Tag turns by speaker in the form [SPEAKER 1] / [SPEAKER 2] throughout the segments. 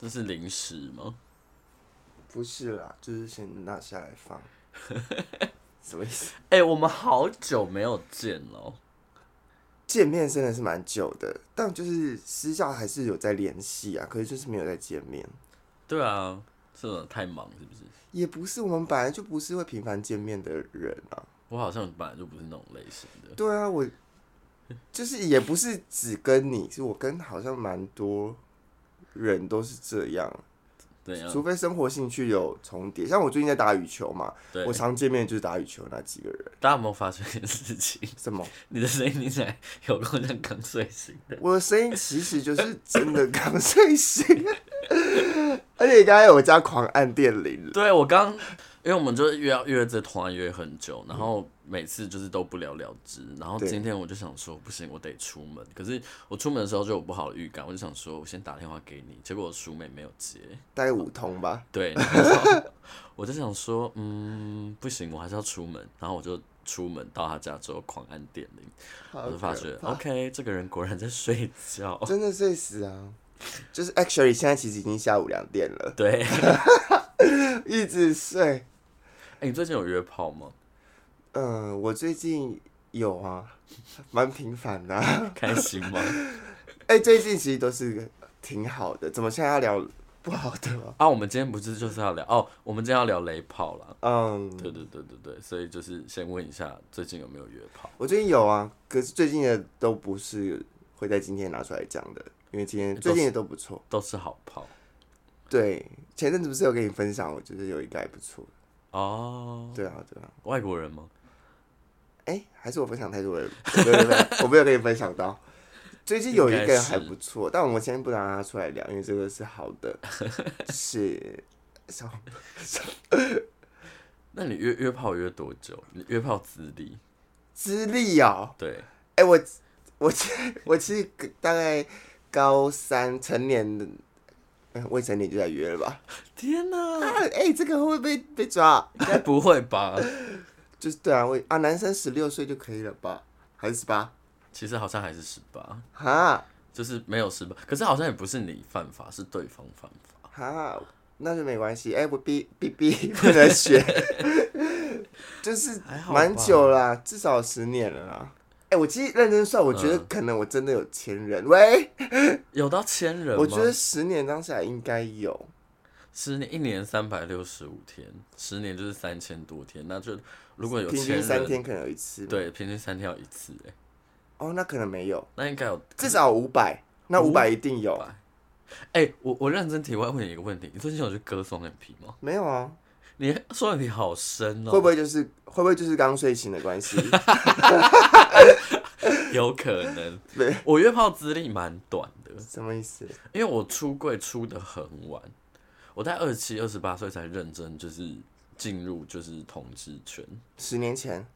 [SPEAKER 1] 这是零食吗？
[SPEAKER 2] 不是啦，就是先拿下来放。 什么意思？
[SPEAKER 1] 哎、我们好久没有见了。
[SPEAKER 2] 见面真的是蛮久的，但就是私下还是有在联系啊，可是就是没有再见面。
[SPEAKER 1] 对啊，是我太忙是不是？
[SPEAKER 2] 也不是我们本来就不是会频繁见面的人啊。
[SPEAKER 1] 我好像本来就不是那种类型的。
[SPEAKER 2] 对啊，我 就是也不是只跟你，是我跟好像蛮多人都是这样，
[SPEAKER 1] 怎样？
[SPEAKER 2] 除非生活兴趣有重叠。像我最近在打羽球嘛，
[SPEAKER 1] 对
[SPEAKER 2] 我，常见面就是打羽球那几个人。
[SPEAKER 1] 大家有没有发生一件事情？
[SPEAKER 2] 什么？
[SPEAKER 1] 你的声音听起来有够像刚睡醒的。
[SPEAKER 2] 我的声音其实就是真的刚睡醒，而且刚才我家狂按电铃了。
[SPEAKER 1] 对我刚，因为我们就是约约这团约很久，然后每次就是都不了了之。然后
[SPEAKER 2] 对
[SPEAKER 1] 今天我就想说，不行，我得出门。可是我出门的时候就有不好的预感，我就想说，我先打电话给你。结果我鼠妹没有接，
[SPEAKER 2] 大概五通吧。
[SPEAKER 1] 对，然后我就想说，嗯，不行，我还是要出门。然后我就出门到他家之后狂按电铃，我就发觉，OK，这个人果然在睡觉。
[SPEAKER 2] 真的睡死啊！就是 actually 现在其实已经下午两点了，
[SPEAKER 1] 对，
[SPEAKER 2] 一直睡。
[SPEAKER 1] 哎、你最近有约炮吗？
[SPEAKER 2] 嗯，我最近有啊，蛮频繁的、啊。
[SPEAKER 1] 开心吗？
[SPEAKER 2] 哎、最近其实都是挺好的，怎么现在要聊不好的了？
[SPEAKER 1] 啊，我们今天不是就是要聊哦，我们今天要聊雷炮啦。对
[SPEAKER 2] 嗯，
[SPEAKER 1] 对对对对，所以就是先问一下，最近有没有约炮？
[SPEAKER 2] 我最近有啊，可是最近的都不是会在今天拿出来讲的，因为今天
[SPEAKER 1] 都是
[SPEAKER 2] 最近的都不错。
[SPEAKER 1] 都是好炮
[SPEAKER 2] 对，前阵子不是有跟你分享，我觉得有一个还不错。
[SPEAKER 1] 哦，
[SPEAKER 2] 对啊，对啊。
[SPEAKER 1] 外国人吗？
[SPEAKER 2] 哎、还是我分享太多了，我没有没有，我没有跟你分享到。最近有一个还不错，但我们先不拿它出来聊，因为这个是好的，是什么
[SPEAKER 1] 那你约约炮约多久？你约炮资历？
[SPEAKER 2] 资历哦。
[SPEAKER 1] 对，
[SPEAKER 2] 哎、我我其我其实大概高三成年的，哎未成年就在约了吧？
[SPEAKER 1] 天哪、
[SPEAKER 2] 啊哎、这个会不会被被抓？
[SPEAKER 1] 应该不会吧？
[SPEAKER 2] 就是对啊，我啊，男生十六岁就可以了吧？还是十八？
[SPEAKER 1] 其实好像还是十八，
[SPEAKER 2] 哈
[SPEAKER 1] 就是没有十八，可是好像也不是你犯法，是对方犯法。
[SPEAKER 2] 哈，那就没关系。哎、我哔哔哔 不能学，就是
[SPEAKER 1] 还好吧
[SPEAKER 2] 蛮久啦、至少十年了啦。哎、我其实认真算，我
[SPEAKER 1] 嗯
[SPEAKER 2] 觉得可能我真的有前人。喂，
[SPEAKER 1] 有到千人吗？
[SPEAKER 2] 我觉得十年当下应该有。
[SPEAKER 1] 十年一年三百六十五天，十年就是三千多天，那就如果有
[SPEAKER 2] 平
[SPEAKER 1] 千
[SPEAKER 2] 均三
[SPEAKER 1] 人，
[SPEAKER 2] 天可能有一次，
[SPEAKER 1] 对，平均三天要一次、欸，
[SPEAKER 2] 哦，那可能没有，
[SPEAKER 1] 那应该有
[SPEAKER 2] 至少五百，那五百一定有，
[SPEAKER 1] 哎、我我认真题外问你一个问题，你最近有去割双眼皮吗？
[SPEAKER 2] 没有啊？
[SPEAKER 1] 你双眼皮好深哦、
[SPEAKER 2] 会不会就是会不会就是刚睡醒的 关系？
[SPEAKER 1] 有可能
[SPEAKER 2] 对。
[SPEAKER 1] 我约炮资历蛮短的，
[SPEAKER 2] 什么意思？
[SPEAKER 1] 因为我出柜出的很晚，我在二七二十八岁才认真就是进入就是同志圈，
[SPEAKER 2] 十年前，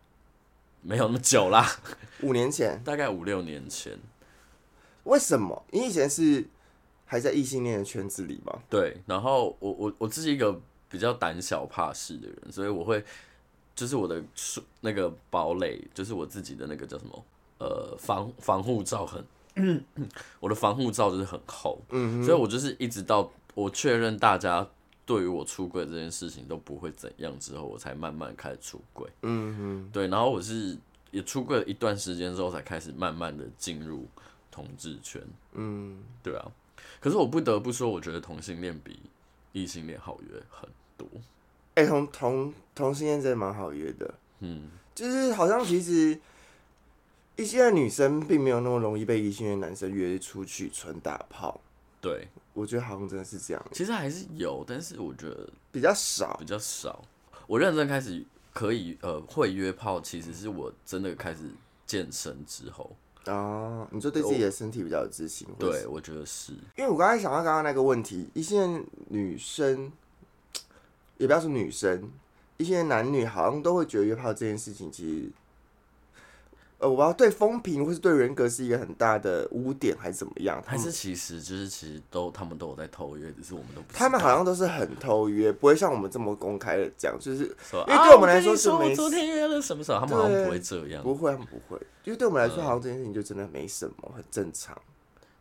[SPEAKER 1] 没有那么久啦，
[SPEAKER 2] 五年前，
[SPEAKER 1] 大概五六年前。
[SPEAKER 2] 为什么？你以前是还在异性恋的圈子里吗？
[SPEAKER 1] 对，然后我我我自己一个比较胆小怕事的人，所以我会就是我的树那个堡垒，就是我自己的那个叫什么呃防防护罩很， 我的防护罩就是很厚，
[SPEAKER 2] 嗯
[SPEAKER 1] 所以我就是一直到我确认大家对于我出柜这件事情都不会怎样之后，我才慢慢开始出柜。
[SPEAKER 2] 嗯哼，
[SPEAKER 1] 对，然后我是也出柜了一段时间之后，才开始慢慢的进入同志圈。
[SPEAKER 2] 嗯，
[SPEAKER 1] 对啊，可是我不得不说，我觉得同性恋比异性恋好约很多。
[SPEAKER 2] 哎、同同同性恋真的蛮好约的，
[SPEAKER 1] 嗯，
[SPEAKER 2] 就是好像其实异性恋女生并没有那么容易被异性恋男生约出去纯打炮，
[SPEAKER 1] 对，
[SPEAKER 2] 我觉得好像真的是这样，
[SPEAKER 1] 其实还是有，但是我觉得
[SPEAKER 2] 比较少。
[SPEAKER 1] 比较少。我认真开始可以呃会约炮，其实是我真的开始健身之后，
[SPEAKER 2] 哦，你就对自己的身体比较有自信。或者是
[SPEAKER 1] 对，我觉得是
[SPEAKER 2] 因为我刚才想到刚刚那个问题，一些女生，也不要说女生，一些男女好像都会觉得约炮这件事情，其实，呃，我不知道对风评或是对人格是一个很大的污点，还是怎么样？他
[SPEAKER 1] 还
[SPEAKER 2] 们
[SPEAKER 1] 是其实就是其实都他们都有在偷约，只是我们都不知
[SPEAKER 2] 他们
[SPEAKER 1] 道
[SPEAKER 2] 好像都是很偷约，不会像我们这么公开的讲，就是
[SPEAKER 1] 说
[SPEAKER 2] 因为
[SPEAKER 1] 啊
[SPEAKER 2] 对我们来
[SPEAKER 1] 跟
[SPEAKER 2] 说
[SPEAKER 1] 你
[SPEAKER 2] 是
[SPEAKER 1] 说
[SPEAKER 2] 没
[SPEAKER 1] 我昨天约了什么什么，他们好像不会这样。
[SPEAKER 2] 不会，他们不会，因为对我们来说，好像这件事情就真的没什么，很正常。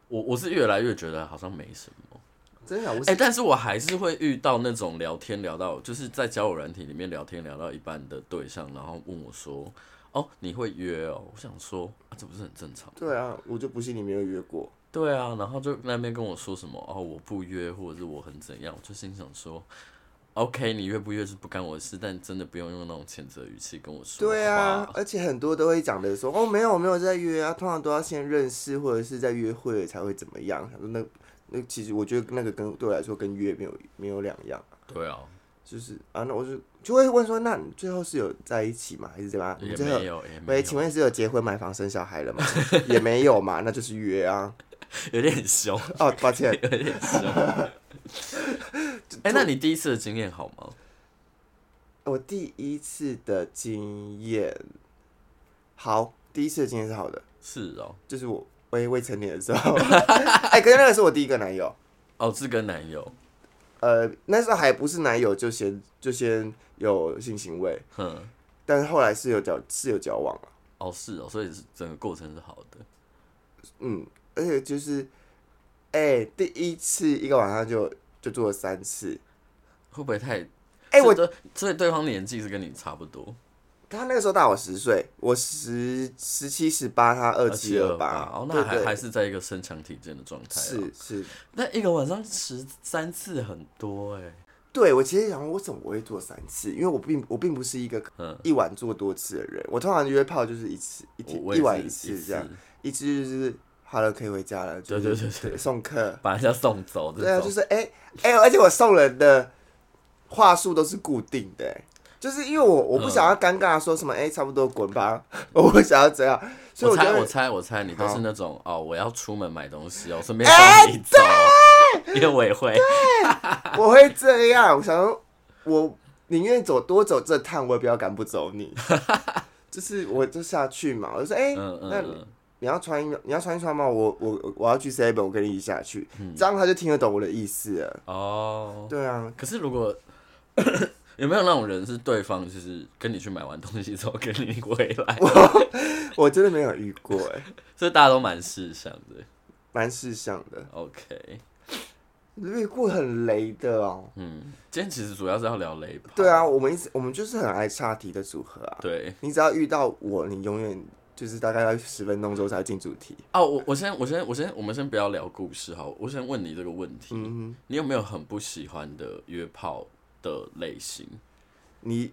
[SPEAKER 1] 我我是越来越觉得好像没什么。
[SPEAKER 2] 真的假的？我
[SPEAKER 1] 哎、
[SPEAKER 2] 是
[SPEAKER 1] 但是我还是会遇到那种聊天聊到，就是在交友软体里面聊天聊到一半的对象，然后问我说：“哦，你会约哦？”我想说，啊、这不是很正常？
[SPEAKER 2] 对啊，我就不信你没有约过。
[SPEAKER 1] 对啊，然后就那边跟我说什么哦，我不约，或者是我很怎样，我就心想说，OK，你约不约是不干我的事，但真的不用用那种谴责语气跟我说
[SPEAKER 2] 对啊
[SPEAKER 1] 话，
[SPEAKER 2] 而且很多都会讲的说哦，没有没有在约啊，通常都要先认识或者是在约会了才会怎么样。想说那那其实我觉得那个跟对我来说跟约没有没有两样，
[SPEAKER 1] 对啊，
[SPEAKER 2] 就是啊，那我就就会问说，那你最后是有在一起吗？还是怎么样？你
[SPEAKER 1] 也
[SPEAKER 2] 最后
[SPEAKER 1] 没有，也没
[SPEAKER 2] 喂，
[SPEAKER 1] 有，
[SPEAKER 2] 请问是有结婚、买房、生小 孩了吗？也没有嘛，那就是约啊。
[SPEAKER 1] 有点凶，
[SPEAKER 2] 哦，抱歉，
[SPEAKER 1] 有点凶。哎、那你第一次的经验好吗？
[SPEAKER 2] 我第一次的经验，好，第一次的经验是好的，
[SPEAKER 1] 是哦，
[SPEAKER 2] 就是我未未成年的 时候，哎、可是那个是我第一个男友，
[SPEAKER 1] 哦，是跟男友，
[SPEAKER 2] 呃，那时候还不是男友，就先就先有性行为，
[SPEAKER 1] 哼，
[SPEAKER 2] 但是后来是有交是有交往了，
[SPEAKER 1] 哦是哦，所以是整个过程是好的，
[SPEAKER 2] 嗯，而且就是，哎、第一次一个晚上就就做了三次，
[SPEAKER 1] 会不会太？
[SPEAKER 2] 哎、我
[SPEAKER 1] 的，所以对方年纪是跟你差不多，
[SPEAKER 2] 他那个时候大我十岁，我十十七十八，他二七
[SPEAKER 1] 27
[SPEAKER 2] 二
[SPEAKER 1] 28
[SPEAKER 2] 八，
[SPEAKER 1] 哦，
[SPEAKER 2] 对
[SPEAKER 1] 那还
[SPEAKER 2] 对
[SPEAKER 1] 还是在一个身强体健的状态、啊，
[SPEAKER 2] 是是，
[SPEAKER 1] 那一个晚上十三次很多哎、
[SPEAKER 2] 对我其实想，我怎么我会做三次？因为我并我并不是一个
[SPEAKER 1] 嗯
[SPEAKER 2] 一晚做多次的人，我通常约炮就是一次一天
[SPEAKER 1] 我
[SPEAKER 2] 一
[SPEAKER 1] 也
[SPEAKER 2] 晚
[SPEAKER 1] 是
[SPEAKER 2] 一次这样，一次就是好了可以回家了，就
[SPEAKER 1] 对
[SPEAKER 2] 是
[SPEAKER 1] 对对对
[SPEAKER 2] 送客，
[SPEAKER 1] 把人家送走这
[SPEAKER 2] 对啊，
[SPEAKER 1] 种。
[SPEAKER 2] 就是哎哎、而且我送人的话术都是固定的、哎就是因为我我
[SPEAKER 1] 嗯
[SPEAKER 2] 不想要尴尬地说什么哎、差不多滚吧， 我不想要这样，所
[SPEAKER 1] 我
[SPEAKER 2] 以我
[SPEAKER 1] 猜，
[SPEAKER 2] 就
[SPEAKER 1] 我
[SPEAKER 2] 会
[SPEAKER 1] 猜，我猜你都
[SPEAKER 2] 好哎
[SPEAKER 1] 是那种哦，我要出门买东西哦，顺便送你走，因为我也会，
[SPEAKER 2] 我会这样，我想说我宁愿走多走这趟，我也不要赶不 走你。就是我就下去嘛，我就说哎、
[SPEAKER 1] 嗯嗯
[SPEAKER 2] 那
[SPEAKER 1] 嗯，
[SPEAKER 2] 你要穿衣你要穿一穿吗？我我我要去 seven，我跟你一起下去，这样他就听得懂我的意思了。
[SPEAKER 1] 嗯哦。
[SPEAKER 2] 对啊，
[SPEAKER 1] 可是如果 有没有那种人是对方就是跟你去买完东西之后跟你回来，
[SPEAKER 2] 我真的没有遇过哎、
[SPEAKER 1] 所以大家都蛮识相的。
[SPEAKER 2] 蛮事项的，
[SPEAKER 1] OK，
[SPEAKER 2] 遇过很雷的哦。
[SPEAKER 1] 嗯，今天其实主要是要聊雷吧？
[SPEAKER 2] 对啊，我们一直我们就是很爱岔题的组合啊。
[SPEAKER 1] 对，
[SPEAKER 2] 你只要遇到我，你永远就是大概要十分钟之后才会进主题。
[SPEAKER 1] 哦，我我先我先我先我们先不要聊故事哈，我先问你这个问题，
[SPEAKER 2] 嗯哼，
[SPEAKER 1] 你有没有很不喜欢的约炮的类型？
[SPEAKER 2] 你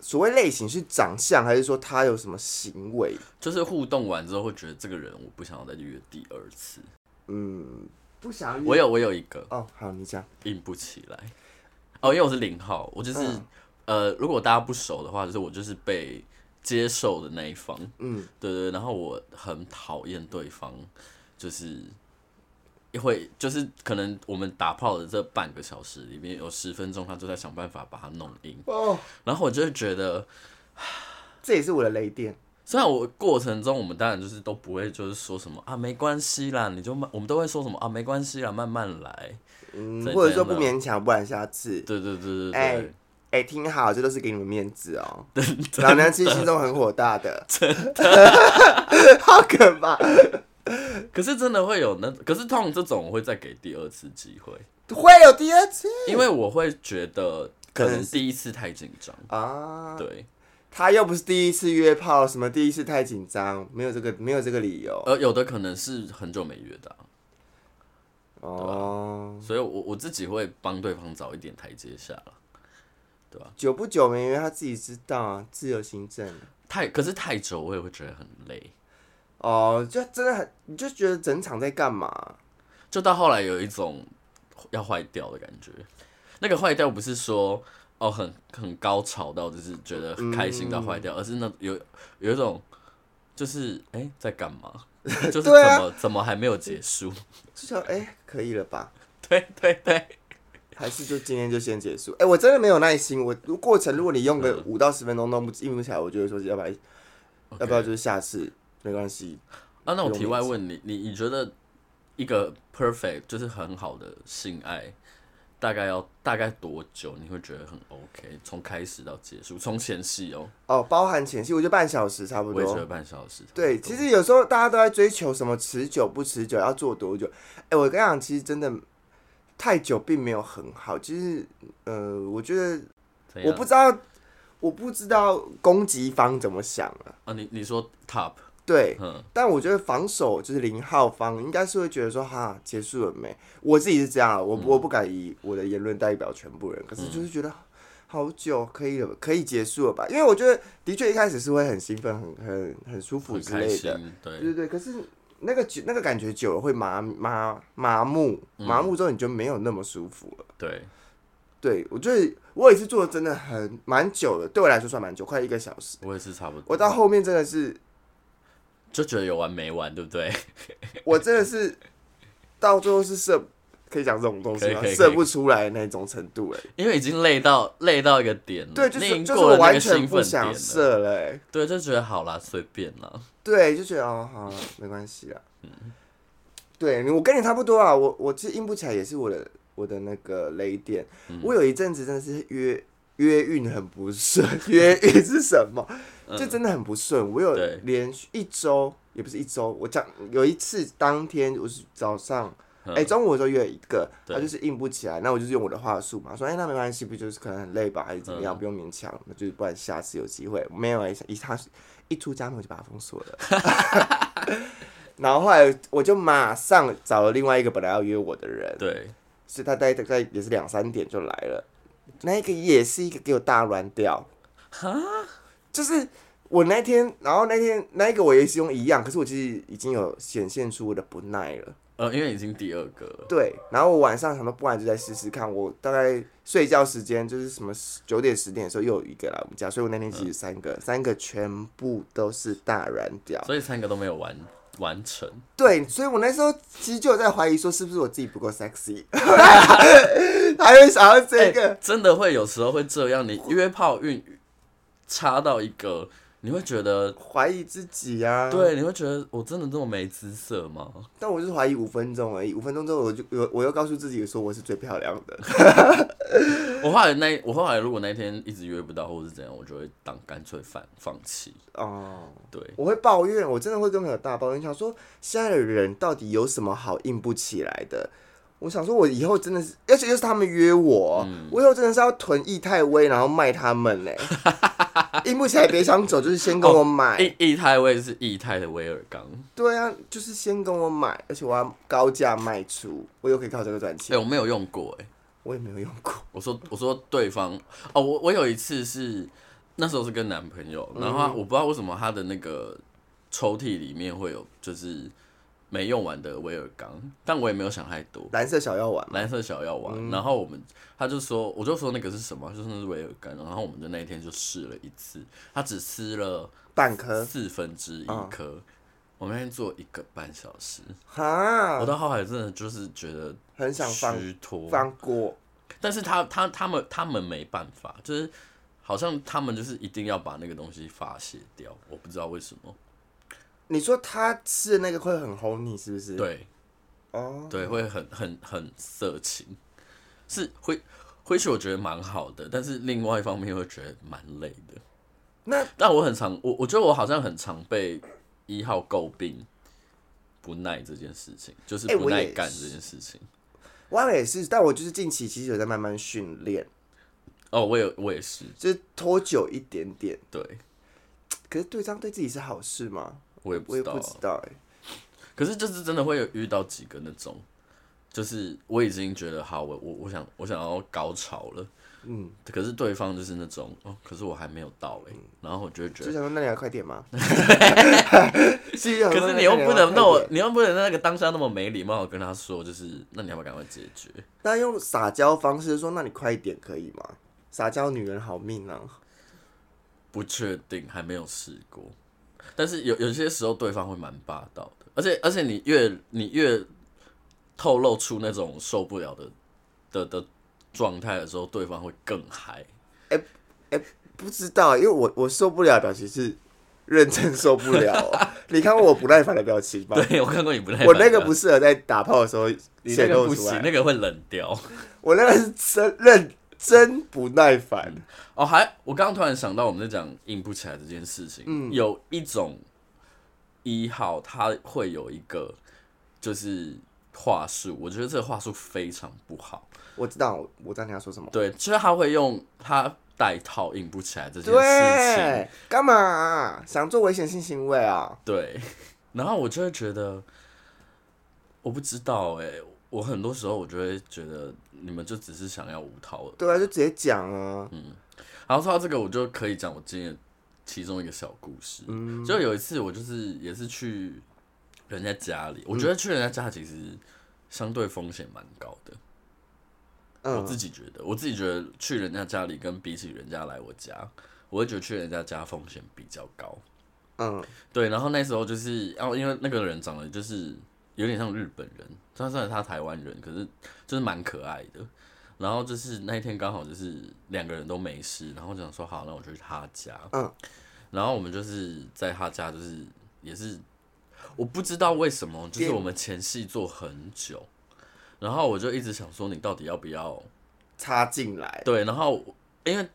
[SPEAKER 2] 所谓类型是长相，还是说他有什么行为？
[SPEAKER 1] 就是互动完之后会觉得这个人我不想要再约第二次。
[SPEAKER 2] 嗯，不想
[SPEAKER 1] 我有我有一个
[SPEAKER 2] 哦，好，你讲。
[SPEAKER 1] 硬不起来，哦，因为我是零号，我就是、
[SPEAKER 2] 嗯
[SPEAKER 1] 呃，如果大家不熟的话，就是我就是被接受的那一方，
[SPEAKER 2] 嗯，
[SPEAKER 1] 对对，对然后我很讨厌对方，就是会就是可能我们打炮的这半个小时里面有十分钟，他就在想办法把它弄硬，
[SPEAKER 2] 哦，
[SPEAKER 1] 然后我就会觉得，
[SPEAKER 2] 这也是我的雷电。
[SPEAKER 1] 虽然我过程中我们当然就是都不会就是说什么啊没关系啦，你就慢，我们都会说什么啊没关系啦，慢慢来，
[SPEAKER 2] 嗯
[SPEAKER 1] 怎，
[SPEAKER 2] 或者说
[SPEAKER 1] 怎
[SPEAKER 2] 不
[SPEAKER 1] 样
[SPEAKER 2] 勉强，不然下次。
[SPEAKER 1] 对对对对对，
[SPEAKER 2] 哎哎、听好，这都是给你们面子哦。老娘其实心中很火大的， 真的，好可怕。
[SPEAKER 1] 可是真的会有那，可是通常这种我会再给第二次机会，
[SPEAKER 2] 会有第二次
[SPEAKER 1] 因为我会觉得可
[SPEAKER 2] 可
[SPEAKER 1] 能
[SPEAKER 2] 能
[SPEAKER 1] 第一次太紧张，
[SPEAKER 2] 啊？
[SPEAKER 1] 对，
[SPEAKER 2] 他又不是第一次约炮，什么第一次太紧张，没有这个没有这个理由
[SPEAKER 1] 呃，有的可能是很久没约的啊、
[SPEAKER 2] 哦。
[SPEAKER 1] 所以我我自己会帮对方找一点台阶下啦
[SPEAKER 2] 久不久没约，他自己知道啊，自由行政
[SPEAKER 1] 太可是太久我也会觉得很累，
[SPEAKER 2] 哦，就真的很，你就觉得整场在干嘛？
[SPEAKER 1] 就到后来有一种要坏掉的感觉。那个坏掉不是说哦很很高潮到就是觉得很开心到坏
[SPEAKER 2] 嗯
[SPEAKER 1] 掉，而是那有有一种就是哎、在干 嘛，就是怎么、
[SPEAKER 2] 对啊
[SPEAKER 1] 怎么还没有结束？
[SPEAKER 2] 就想哎、可以了吧？
[SPEAKER 1] 对对对，
[SPEAKER 2] 还是就今天就先结束？哎、我真的没有耐心。我如过程，如果你用个五到十分钟弄不硬不起来，我就会说要不然要不要就是下次没关系。
[SPEAKER 1] 啊，那我
[SPEAKER 2] 不用
[SPEAKER 1] 题外问你，你你觉得一个 perfect 就是很好的性爱，大概要大概多久你会觉得很 OK？从开始到结束，从前戏哦，
[SPEAKER 2] 哦，包含前戏，我就半小时差不
[SPEAKER 1] 我也觉
[SPEAKER 2] 多。
[SPEAKER 1] 得半小时。
[SPEAKER 2] 对，其实有时候大家都在追求什么持久不持久，要做多久。哎、我跟你讲，其实真的太久并没有很好。其实，呃，我觉得
[SPEAKER 1] 怎
[SPEAKER 2] 我
[SPEAKER 1] 样
[SPEAKER 2] 不知道，我不知道攻击方怎么想啊。
[SPEAKER 1] 啊，你你说 top，
[SPEAKER 2] 对，
[SPEAKER 1] 嗯，
[SPEAKER 2] 但我觉得防守就是零号方应该是会觉得说哈结束了没？我自己是这样啊，我
[SPEAKER 1] 嗯
[SPEAKER 2] 我不敢以我的言论代表全部人，可是就是觉得好久可以了，可以结束了吧？因为我觉得的确一开始是会很兴奋、很很很舒服
[SPEAKER 1] 很
[SPEAKER 2] 之
[SPEAKER 1] 开
[SPEAKER 2] 类的，
[SPEAKER 1] 心，
[SPEAKER 2] 对
[SPEAKER 1] 对，
[SPEAKER 2] 对对。可是那个久那个感觉久了会麻麻麻木，麻
[SPEAKER 1] 嗯
[SPEAKER 2] 木之后你就没有那么舒服了。
[SPEAKER 1] 对，
[SPEAKER 2] 对我觉得我也是做的真的很蛮久的，对我来说算蛮久，快一个小时。
[SPEAKER 1] 我也是差不多。
[SPEAKER 2] 我到后面真的是
[SPEAKER 1] 就觉得有完没完，对不对？
[SPEAKER 2] 我真的是到最后是射，可以讲这种东西吗
[SPEAKER 1] 可以可？以
[SPEAKER 2] 射不出来那种程度哎、
[SPEAKER 1] 因为已经累到累到一个点了，
[SPEAKER 2] 对，就
[SPEAKER 1] 你已
[SPEAKER 2] 是
[SPEAKER 1] 经
[SPEAKER 2] 就是
[SPEAKER 1] 过
[SPEAKER 2] 我
[SPEAKER 1] 了那
[SPEAKER 2] 完
[SPEAKER 1] 个
[SPEAKER 2] 全
[SPEAKER 1] 兴奋
[SPEAKER 2] 不
[SPEAKER 1] 点
[SPEAKER 2] 想
[SPEAKER 1] 了，
[SPEAKER 2] 射了、欸，
[SPEAKER 1] 对，就觉得好啦，随便啦，
[SPEAKER 2] 对，就觉得哦，好了，没关系啦。
[SPEAKER 1] 嗯
[SPEAKER 2] 对，我跟你差不多啊，我我其实硬不起来也是我的我的那个雷点，
[SPEAKER 1] 嗯
[SPEAKER 2] 我有一阵子真的是约约运很不顺，约运是什么？就真的很不顺，我有
[SPEAKER 1] 嗯对
[SPEAKER 2] 连续一周，也不是一周，我讲有一次当天我是早上，哎、
[SPEAKER 1] 嗯
[SPEAKER 2] 中午的时候约了一个，
[SPEAKER 1] 对
[SPEAKER 2] 他就是硬不起来，那我就是用我的话术嘛，说哎、那没关系，不就是可能很累吧，还是怎么
[SPEAKER 1] 嗯
[SPEAKER 2] 样，不用勉强，那就是不然下次有机会，没有哎、一他一出家门我就把他封锁了， 然后后来我就马上找了另外一个本来要约我的人，
[SPEAKER 1] 对，
[SPEAKER 2] 所以他大概大概也是两三点就来了，那一个也是一个给我大乱掉，就是我那天，然后那天那一个我也是用一样，可是我其实已经有显现出我的不耐了，
[SPEAKER 1] 呃，因为已经第二个了，
[SPEAKER 2] 对，然后我晚上想说，不然就再试试看，我大概睡觉时间就是什么九点十点的时候又有一个来我们家，所以我那天其实三个、三个全部都是大软屌，
[SPEAKER 1] 所以三个都没有完完成，
[SPEAKER 2] 对，所以我那时候其实就有在怀疑说是不是我自己不够 sexy，还会想要
[SPEAKER 1] 哎
[SPEAKER 2] 这个。
[SPEAKER 1] 真的会有时候会这样，你约炮运差到一个，你会觉得。
[SPEAKER 2] 怀疑自己啊。，
[SPEAKER 1] 对，你会觉得我真的这么没姿色吗？
[SPEAKER 2] 但我就是怀疑五分钟而已，五分钟之后我就我我又告诉自己说我是最漂亮的。
[SPEAKER 1] 我后来那我后来如果那天一直约不到或是怎样，我就会当干脆放放弃。
[SPEAKER 2] 哦，
[SPEAKER 1] 对，
[SPEAKER 2] 我会抱怨，我真的会跟朋友大抱怨，想说现在的人到底有什么好硬不起来的？我想说，我以后真的是，而且又是他们约我，
[SPEAKER 1] 嗯
[SPEAKER 2] 我以后真的是要囤益泰威，然后卖他 们嘞、硬不起来别想走，就是先跟我买。
[SPEAKER 1] 液液态我也是液态的威尔刚。
[SPEAKER 2] 对啊，就是先跟我买，而且我要高价卖出，我又可以靠这个赚
[SPEAKER 1] 哎、
[SPEAKER 2] 钱。
[SPEAKER 1] 我没有用过哎、
[SPEAKER 2] 我也没有用过，
[SPEAKER 1] 我说我说对方哦，我我有一次是那时候是跟男朋友，然
[SPEAKER 2] 嗯
[SPEAKER 1] 后他我不知道为什么他的那个抽屉里面会有就是没用完的威尔刚，但我也没有想太多。
[SPEAKER 2] 蓝色小药丸嘛。
[SPEAKER 1] 蓝色小药丸，
[SPEAKER 2] 嗯
[SPEAKER 1] 然后我们他就说，我就说那个是什么，他就说那是威尔刚，然后我们就那一天就试了一次，他只吃了
[SPEAKER 2] 半颗
[SPEAKER 1] 四分之一
[SPEAKER 2] 嗯
[SPEAKER 1] 颗，我们那天做一个半小时，我
[SPEAKER 2] 哈，
[SPEAKER 1] 到后来真的就是觉得
[SPEAKER 2] 嗯很想放
[SPEAKER 1] 虚脱，
[SPEAKER 2] 放过，
[SPEAKER 1] 但是他他他们他们没办法，就是好像他们就是一定要把那个东西发泄掉，我不知道为什么。
[SPEAKER 2] 你说他吃的那个会很红你是不是？
[SPEAKER 1] 对
[SPEAKER 2] 哦，
[SPEAKER 1] 对，会很很很色情，是会回去我觉得蛮好的，但是另外一方面会觉得蛮累的。
[SPEAKER 2] 那
[SPEAKER 1] 但我很常我我觉得我好像很常被一号诟病不耐这件事情，就是
[SPEAKER 2] 哎
[SPEAKER 1] 不
[SPEAKER 2] 我也
[SPEAKER 1] 耐干这件事情。
[SPEAKER 2] 我也是，但我就是近期其实有在慢慢训练，
[SPEAKER 1] 哦，我也我也是，
[SPEAKER 2] 就是拖久一点点。
[SPEAKER 1] 对
[SPEAKER 2] 可是对这样对自己是好事吗？
[SPEAKER 1] 我也
[SPEAKER 2] 我
[SPEAKER 1] 不
[SPEAKER 2] 也
[SPEAKER 1] 知道
[SPEAKER 2] 不
[SPEAKER 1] 啊、
[SPEAKER 2] 知道哎、
[SPEAKER 1] 可是就是真的会有遇到几个那种，就是我已经觉得好，我我我想我想要高潮了，
[SPEAKER 2] 嗯，
[SPEAKER 1] 可是对方就是那种哦，可是我还没有到哎、然后我就会觉
[SPEAKER 2] 就
[SPEAKER 1] 得，
[SPEAKER 2] 想说那你要快 点吗？是想说
[SPEAKER 1] 可是你又不能
[SPEAKER 2] 那
[SPEAKER 1] 那
[SPEAKER 2] 我
[SPEAKER 1] 我，你又不能那个当下那么没礼貌，跟他说就是，那你要不要赶快解决？
[SPEAKER 2] 那用撒娇方式说，那你快一点可以吗？撒娇女人好命啊！
[SPEAKER 1] 不确定，还没有试过，但是有有些时候对方会蛮霸道的，而且而且你越你越透露出那种受不了的的的状态的时候，对方会更嗨。
[SPEAKER 2] 不知道，因为我我受不了的表情是认真受不了 哦、你看过我不耐烦的表情吗？
[SPEAKER 1] 对我看过你不耐烦的，
[SPEAKER 2] 我那个不适合在打炮的时候
[SPEAKER 1] 你那
[SPEAKER 2] 显
[SPEAKER 1] 个
[SPEAKER 2] 露
[SPEAKER 1] 不
[SPEAKER 2] 出
[SPEAKER 1] 行，
[SPEAKER 2] 来，
[SPEAKER 1] 那个会冷掉。
[SPEAKER 2] 我那个是真认真不耐烦。
[SPEAKER 1] 哦，还我刚刚突然想到，我们在讲硬不起来这件事情，
[SPEAKER 2] 嗯
[SPEAKER 1] 有一种一号他会有一个就是话术，我觉得这个话术非常不好。
[SPEAKER 2] 我知道，我我知道你要说什么。
[SPEAKER 1] 对，就是他会用他戴套硬不起来这件事情，
[SPEAKER 2] 对，干嘛、想做危险性行为啊？
[SPEAKER 1] 对，然后我就会觉得，我不知道哎、我很多时候我就会觉得你们就只是想要无套而已。
[SPEAKER 2] 对啊，就直接讲啊。
[SPEAKER 1] 嗯然后说到这个，我就可以讲我今天的其中一个小故事。就有一次我就是也是去人家家里，我觉得去人家家其实相对风险蛮高的。我
[SPEAKER 2] 嗯
[SPEAKER 1] 自己觉得，我自己觉得去人家家里跟比起人家来我家，我会觉得去人家家风险比较高。
[SPEAKER 2] 嗯，
[SPEAKER 1] 对，然后那时候就是，然、后因为那个人长得就是有点像日本人，虽然虽然他台湾人，可是就是蛮可爱的。然后就是那一天刚好就是两个人都没事，然后就想说好，那我就去他家。
[SPEAKER 2] 嗯，
[SPEAKER 1] 然后我们就是在他家，就是也是我不知道为什么，就是
[SPEAKER 2] 电
[SPEAKER 1] 我们前戏做很久，然后我就一直想说你到底要不要
[SPEAKER 2] 插进来。
[SPEAKER 1] 对，然后我因为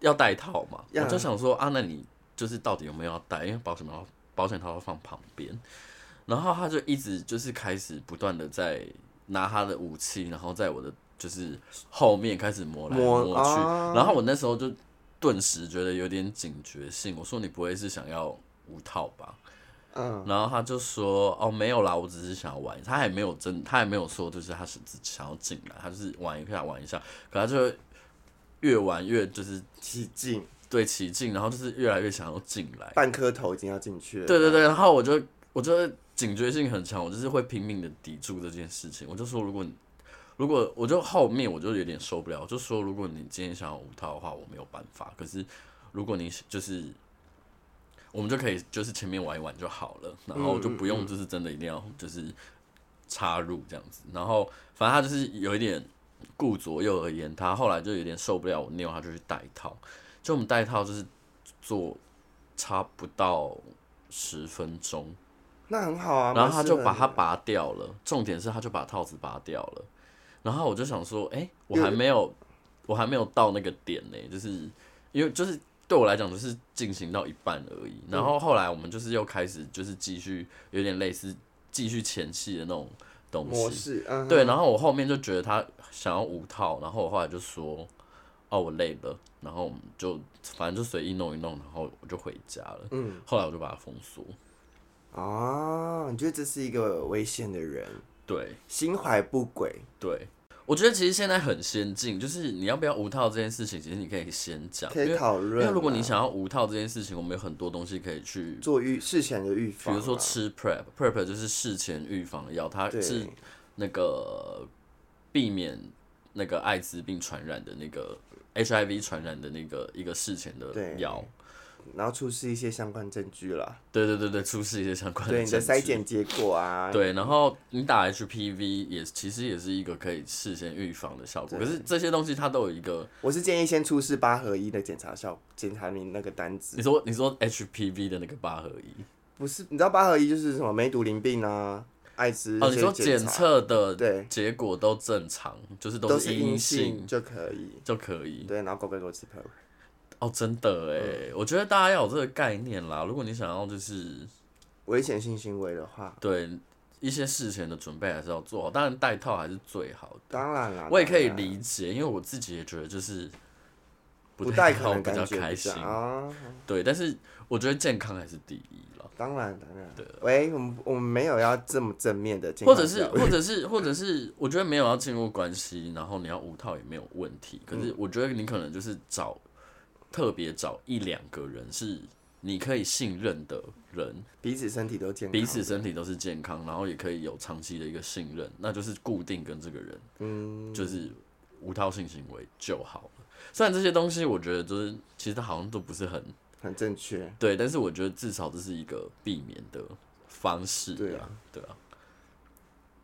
[SPEAKER 1] 要戴套嘛，我
[SPEAKER 2] 呀
[SPEAKER 1] 就想说啊，那你就是到底有没有要戴？因为保险套保险套要放旁边，然后他就一直就是开始不断的在拿他的武器，然后在我的就是后面开始摸来
[SPEAKER 2] 摸
[SPEAKER 1] 摸去，
[SPEAKER 2] 啊
[SPEAKER 1] 然后我那时候就顿时觉得有点警觉性，我说你不会是想要无套吧？
[SPEAKER 2] 嗯，
[SPEAKER 1] 然后他就说：“哦，没有啦，我只是想要玩。”他还没有真，他还没有说，就是他是只想要进来，他就是玩一下玩一下。可他就越玩越就是
[SPEAKER 2] 起劲，
[SPEAKER 1] 对起劲，然后就是越来越想要进来。
[SPEAKER 2] 半颗头已经要进去了。
[SPEAKER 1] 对对对，然后我就我就警觉性很强，我就是会拼命的抵住这件事情。我就说，如果你如果我就后面我就有点受不了，我就说，如果你今天想要无套的话，我没有办法。可是如果你就是我们就可以就是前面玩一玩就好了，然后就不用就是真的一定要就是插入这样子。然后反正他就是有一点顾左右而言他，后来就有点受不了我拗，他就去戴套。就我们戴套就是做差不到十分钟，
[SPEAKER 2] 那很好啊。
[SPEAKER 1] 然后他
[SPEAKER 2] 蛮适
[SPEAKER 1] 就
[SPEAKER 2] 合
[SPEAKER 1] 把
[SPEAKER 2] 你
[SPEAKER 1] 它
[SPEAKER 2] 的
[SPEAKER 1] 拔掉了。重点是他就把套子拔掉了。然后我就想说，哎、我
[SPEAKER 2] 因为
[SPEAKER 1] 还没有，我还没有到那个点呢、就是因为就是对我来讲，就是进行到一半而已。然
[SPEAKER 2] 嗯
[SPEAKER 1] 后后来我们就是又开始就是继续有点类似继续前戏的那种东
[SPEAKER 2] 模
[SPEAKER 1] 西，
[SPEAKER 2] 式，嗯，
[SPEAKER 1] 对，然后我后面就觉得他想要五套，然后我后来就说，哦，我累了，然后我们就反正就随意弄一弄，然后我就回家了。
[SPEAKER 2] 嗯，
[SPEAKER 1] 后来我就把它封锁。
[SPEAKER 2] 啊，你觉得这是一个危险的人，
[SPEAKER 1] 对
[SPEAKER 2] 心怀不轨，
[SPEAKER 1] 对，我觉得其实现在很先进，就是你要不要无套这件事情，其实你可以先讲，
[SPEAKER 2] 可以
[SPEAKER 1] 因为
[SPEAKER 2] 讨
[SPEAKER 1] 因
[SPEAKER 2] 论啊。
[SPEAKER 1] 为如果你想要无套这件事情，我们有很多东西可以去。
[SPEAKER 2] 做预事前的预
[SPEAKER 1] 比
[SPEAKER 2] 防啊，
[SPEAKER 1] 如说吃 prep，prep 就是事前预防药，它是
[SPEAKER 2] 对，
[SPEAKER 1] 那个避免那个艾滋病传染的那个 HIV 传染的那个一个事前的
[SPEAKER 2] 对
[SPEAKER 1] 药，
[SPEAKER 2] 然后出示一些相关证据啦，
[SPEAKER 1] 对对对对，出示一些相关的
[SPEAKER 2] 对你的
[SPEAKER 1] 证
[SPEAKER 2] 筛
[SPEAKER 1] 据
[SPEAKER 2] 检结果啊，
[SPEAKER 1] 对，然后你打 HPV 也其实也是一个可以事先预防的效果，可是这些东西它都有一个，
[SPEAKER 2] 我是建议先出示八合一的检查效，检查你那个单子
[SPEAKER 1] 你，说你说 HPV 的那个八合一，
[SPEAKER 2] 不是，你知道八合一就是什么梅毒、淋病啊、艾滋
[SPEAKER 1] 哦，你说
[SPEAKER 2] 这些
[SPEAKER 1] 检
[SPEAKER 2] 查
[SPEAKER 1] 测的
[SPEAKER 2] 对，
[SPEAKER 1] 结果都正常，就是
[SPEAKER 2] 都
[SPEAKER 1] 是
[SPEAKER 2] 是
[SPEAKER 1] 阴嗯
[SPEAKER 2] 阴性就可以，
[SPEAKER 1] 就可以，
[SPEAKER 2] 对，然后狗狗狗吃 p e
[SPEAKER 1] 哦，真的
[SPEAKER 2] 嗯
[SPEAKER 1] 哎，我觉得大家要有这个概念啦，如果你想要就是
[SPEAKER 2] 危险性行为的话，
[SPEAKER 1] 对一些事前的准备还是要做好，当然戴套还是最好的。
[SPEAKER 2] 当然啦，
[SPEAKER 1] 我也可以
[SPEAKER 2] 当然
[SPEAKER 1] 理解，因为我自己也觉得就是
[SPEAKER 2] 不
[SPEAKER 1] 戴
[SPEAKER 2] 戴可
[SPEAKER 1] 套
[SPEAKER 2] 能
[SPEAKER 1] 比较
[SPEAKER 2] 感觉
[SPEAKER 1] 开
[SPEAKER 2] 比
[SPEAKER 1] 心
[SPEAKER 2] 较，啊，
[SPEAKER 1] 对。但是我觉得健康还是第一了，
[SPEAKER 2] 当然当然，喂，我们我们没有要这么正面的健
[SPEAKER 1] 或
[SPEAKER 2] 康
[SPEAKER 1] 者
[SPEAKER 2] 教育，
[SPEAKER 1] 是或者是或者是，我觉得没有要进入关系，然后你要无套也没有问题。可是我觉得你可能就是找特别找一两个人是你可以信任的人，
[SPEAKER 2] 彼此身体都健康，
[SPEAKER 1] 彼此身体都是健康，然后也可以有长期的一个信任，那就是固定跟这个人，嗯，就是无套性行为就好了。虽然这些东西我觉得就是其实它好像都不是很
[SPEAKER 2] 很正确，
[SPEAKER 1] 对，但是我觉得至少这是一个避免的方式、啊，
[SPEAKER 2] 对
[SPEAKER 1] 啊，对啊。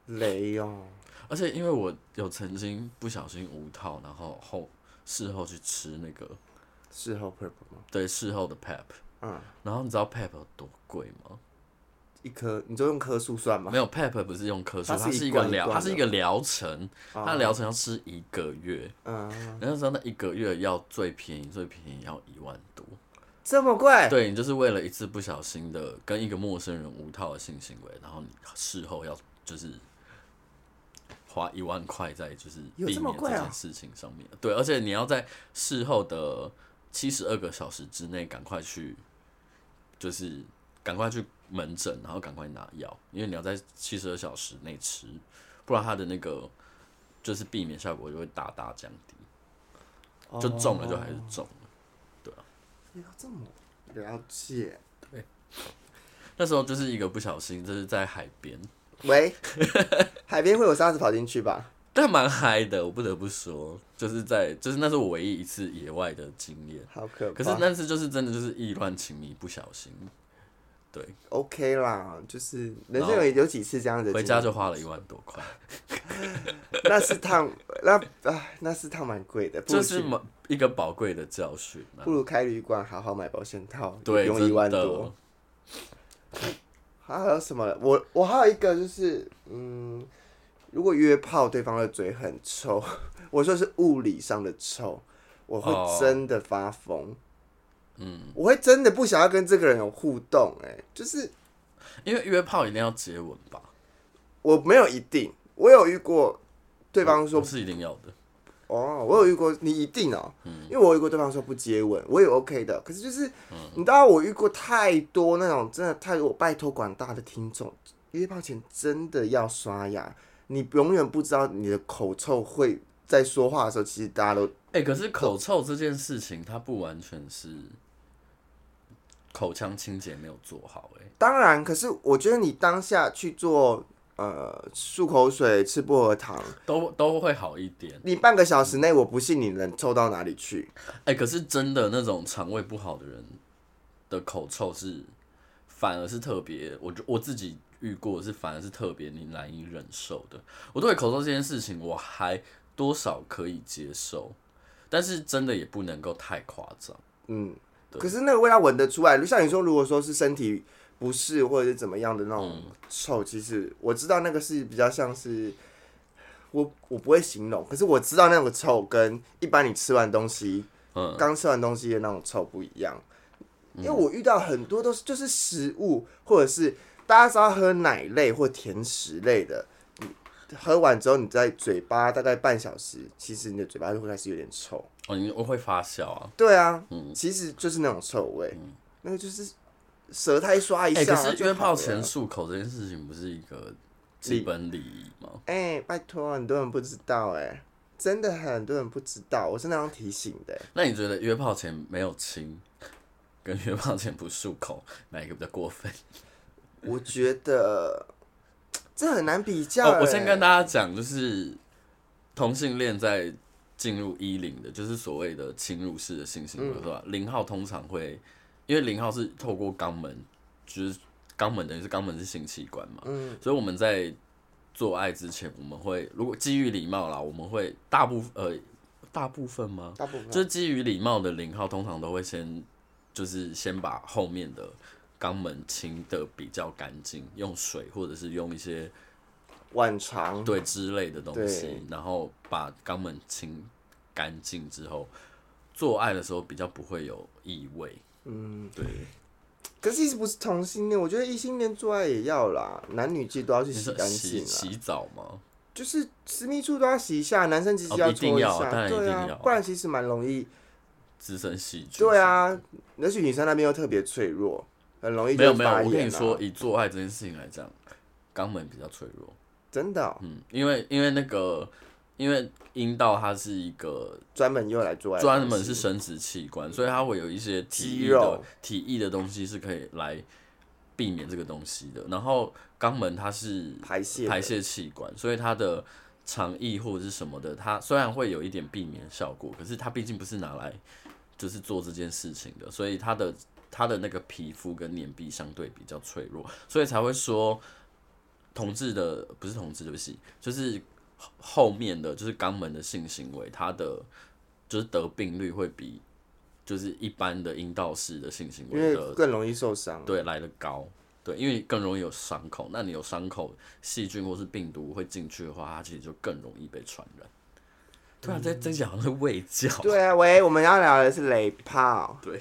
[SPEAKER 2] 雷哦，
[SPEAKER 1] 而且因为我有曾经不小心无套，然后后事后去吃那个
[SPEAKER 2] 事后 purple 吗？
[SPEAKER 1] 对事后的 PEP，
[SPEAKER 2] 嗯，
[SPEAKER 1] 然后你知道 PEP 有多贵吗？
[SPEAKER 2] 一颗，你就用颗数算吗？
[SPEAKER 1] 没有 PEP 不是用颗数，
[SPEAKER 2] 它是
[SPEAKER 1] 它是
[SPEAKER 2] 一
[SPEAKER 1] 一个
[SPEAKER 2] 罐一
[SPEAKER 1] 疗，
[SPEAKER 2] 罐
[SPEAKER 1] 它是一
[SPEAKER 2] 的啊
[SPEAKER 1] 个疗程，它疗程要吃一个月，
[SPEAKER 2] 嗯，
[SPEAKER 1] 然后说那一个月要最便宜，最便宜要一万多。
[SPEAKER 2] 这么贵，
[SPEAKER 1] 对你就是为了一次不小心的跟一个陌生人无套的性行为，然后你事后要就是花一万块在就是避
[SPEAKER 2] 有
[SPEAKER 1] 免
[SPEAKER 2] 这么
[SPEAKER 1] 这
[SPEAKER 2] 贵啊
[SPEAKER 1] 件事情上面。对，而且你要在事后的七十二个小时之内赶快去，就是赶快去门诊，然后赶快拿药，因为你要在七十二小时内吃，不然它的那个就是避免效果就会大大降低，就中了就还是中了。
[SPEAKER 2] 哦要这么了解。
[SPEAKER 1] 那时候就是一个不小心，就是在海边，
[SPEAKER 2] 喂，海边会有沙子跑进去吧？
[SPEAKER 1] 但蛮嗨的，我不得不说，就是在就是那是我唯一一次野外的经验。
[SPEAKER 2] 好可
[SPEAKER 1] 可
[SPEAKER 2] 怕。
[SPEAKER 1] 是那次就是真的就是意乱情迷，不小心，对，
[SPEAKER 2] OK 啦，就是人
[SPEAKER 1] 然后
[SPEAKER 2] 生有有几次这样子的经历，
[SPEAKER 1] 回家就花了一万多块，
[SPEAKER 2] 那是趟， 那啊那是趟蛮贵的，不如
[SPEAKER 1] 这
[SPEAKER 2] 去
[SPEAKER 1] 是蛮一个宝贵的教训啊、
[SPEAKER 2] 不如开旅馆好好买保险套，
[SPEAKER 1] 对，
[SPEAKER 2] 用一万
[SPEAKER 1] 真的
[SPEAKER 2] 多。，还有什么？我我还有一个就是，嗯，如果约炮对方的嘴很臭， 我说是物理上的臭，我
[SPEAKER 1] 哦
[SPEAKER 2] 会真的发疯。
[SPEAKER 1] 嗯，
[SPEAKER 2] 我会真的不想要跟这个人有互动、哎，就是
[SPEAKER 1] 因为约炮一定要接吻吧，
[SPEAKER 2] 我没有一定，我有遇过对方说
[SPEAKER 1] 不是一定要的，
[SPEAKER 2] 哦，我有遇过你一定哦，因为我有遇过对方说不接吻，我也 OK 的。可是就是，你知道我遇过太多那种真的太多，我拜托广大的听众，约炮前真的要刷牙，你永远不知道你的口臭会在说话的时候，其实大家都
[SPEAKER 1] 哎、可是
[SPEAKER 2] 哦
[SPEAKER 1] 口臭这件事情，它不完全是口腔清洁没有做好、哎，
[SPEAKER 2] 当然，可是我觉得你当下去做呃漱口水、吃薄荷糖，
[SPEAKER 1] 都都会好一点。
[SPEAKER 2] 你半个小时内，我不信你能臭到哪里去。
[SPEAKER 1] 哎、可是真的那种肠胃不好的人的口臭是，反而是特别，我就我自己遇过是反而是特别你难以忍受的。我对口臭这件事情我还多少可以接受，但是真的也不能够太夸张。
[SPEAKER 2] 嗯，
[SPEAKER 1] 对
[SPEAKER 2] 可是那个味道闻得出来，像你说，如果说是身体不适或者是怎么样的那
[SPEAKER 1] 嗯
[SPEAKER 2] 种臭，其实我知道那个是比较像是。我我不会形容，可是我知道那个臭跟一般你吃完东西，
[SPEAKER 1] 嗯，
[SPEAKER 2] 刚吃完东西的那种臭不一样，因为我遇到很多都是就是食物，或者是大家知道喝奶类或甜食类的，你喝完之后你在嘴巴大概半小时，其实你的嘴巴就会开始有点臭。
[SPEAKER 1] 哦，你我会发笑啊。
[SPEAKER 2] 对啊，其实就是那种臭味，那个就是舌苔刷一
[SPEAKER 1] 嗯哎、
[SPEAKER 2] 下、
[SPEAKER 1] 可
[SPEAKER 2] 啊
[SPEAKER 1] 是
[SPEAKER 2] 就
[SPEAKER 1] 约炮
[SPEAKER 2] 好
[SPEAKER 1] 前
[SPEAKER 2] 了
[SPEAKER 1] 漱口这件事情不是一个基本礼仪吗？
[SPEAKER 2] 哎、拜托，很多人不知道哎、真的很多人不知道，我是那样提醒的、哎
[SPEAKER 1] 那你觉得约炮前没有亲，跟约炮前不漱口，哪一个比较过分？
[SPEAKER 2] 我觉得这很难比较、
[SPEAKER 1] 哦。我先
[SPEAKER 2] 哎
[SPEAKER 1] 跟大家讲，就是同性恋在进入一零的，就是所谓的侵入式的性行为，是吧？零号通常会，因为零号是透过肛门，就是肛门等于是肛门是性器官嘛，
[SPEAKER 2] 嗯
[SPEAKER 1] 所以我们在做爱之前，我们会如果基于礼貌啦，我们会大部分呃大部分吗？
[SPEAKER 2] 大部分
[SPEAKER 1] 就是基于礼貌的零号，通常都会先就是先把后面的肛门清的比较干净，用水或者是用一些
[SPEAKER 2] 晚长，
[SPEAKER 1] 对之类的东西
[SPEAKER 2] 对，
[SPEAKER 1] 然后把肛门清干净之后，做爱的时候比较不会有异味。
[SPEAKER 2] 嗯，
[SPEAKER 1] 对，
[SPEAKER 2] 可是其实不是同性恋，我觉得异性恋做爱也要啦，男女其实都要去
[SPEAKER 1] 你
[SPEAKER 2] 洗
[SPEAKER 1] 说
[SPEAKER 2] 干净啊
[SPEAKER 1] 洗
[SPEAKER 2] 啦，
[SPEAKER 1] 洗澡吗？
[SPEAKER 2] 就是私密处都要洗一下，男生其实
[SPEAKER 1] 哦
[SPEAKER 2] 要
[SPEAKER 1] 一定
[SPEAKER 2] 搓
[SPEAKER 1] 要
[SPEAKER 2] 下，
[SPEAKER 1] 当然一
[SPEAKER 2] 对
[SPEAKER 1] 定
[SPEAKER 2] 啊
[SPEAKER 1] 要，
[SPEAKER 2] 不然其实蛮容易，
[SPEAKER 1] 滋生细菌？
[SPEAKER 2] 对，啊，而且女生那边又特别脆弱，很容易就
[SPEAKER 1] 没有没有，
[SPEAKER 2] 发炎、啊、
[SPEAKER 1] 我跟你说，，以做爱这件事情来讲，肛门比较脆弱。
[SPEAKER 2] 真的哦、
[SPEAKER 1] 嗯，因为因为那个。因为阴道它是一个
[SPEAKER 2] 专门用来做爱的东西，
[SPEAKER 1] 专门是生殖器官，所以它会有一些体
[SPEAKER 2] 肌
[SPEAKER 1] 液的
[SPEAKER 2] 肉
[SPEAKER 1] 体液的东西是可以来避免这个东西的。然后肛门它是
[SPEAKER 2] 排泄的
[SPEAKER 1] 排泄器官，所以它的肠液或者是什么的，它虽然会有一点避免效果，可是它毕竟不是拿来就是做这件事情的，所以它的它的那个皮肤跟脸壁相对比较脆弱，所以才会说同志的不是同志，对不起，就是后后面的就是肛门的性行为，它的就是得病率会比就是一般的阴道式的性行
[SPEAKER 2] 因
[SPEAKER 1] 为
[SPEAKER 2] 为
[SPEAKER 1] 的
[SPEAKER 2] 更容易受伤。
[SPEAKER 1] 对来的高，对，因为更容易有伤口。那你有伤口，细菌或是病毒会进去的话，它其实就更容易被传染。啊突然在在讲那个卫教，
[SPEAKER 2] 啊对啊，喂，我们要聊的是雷炮，
[SPEAKER 1] 对，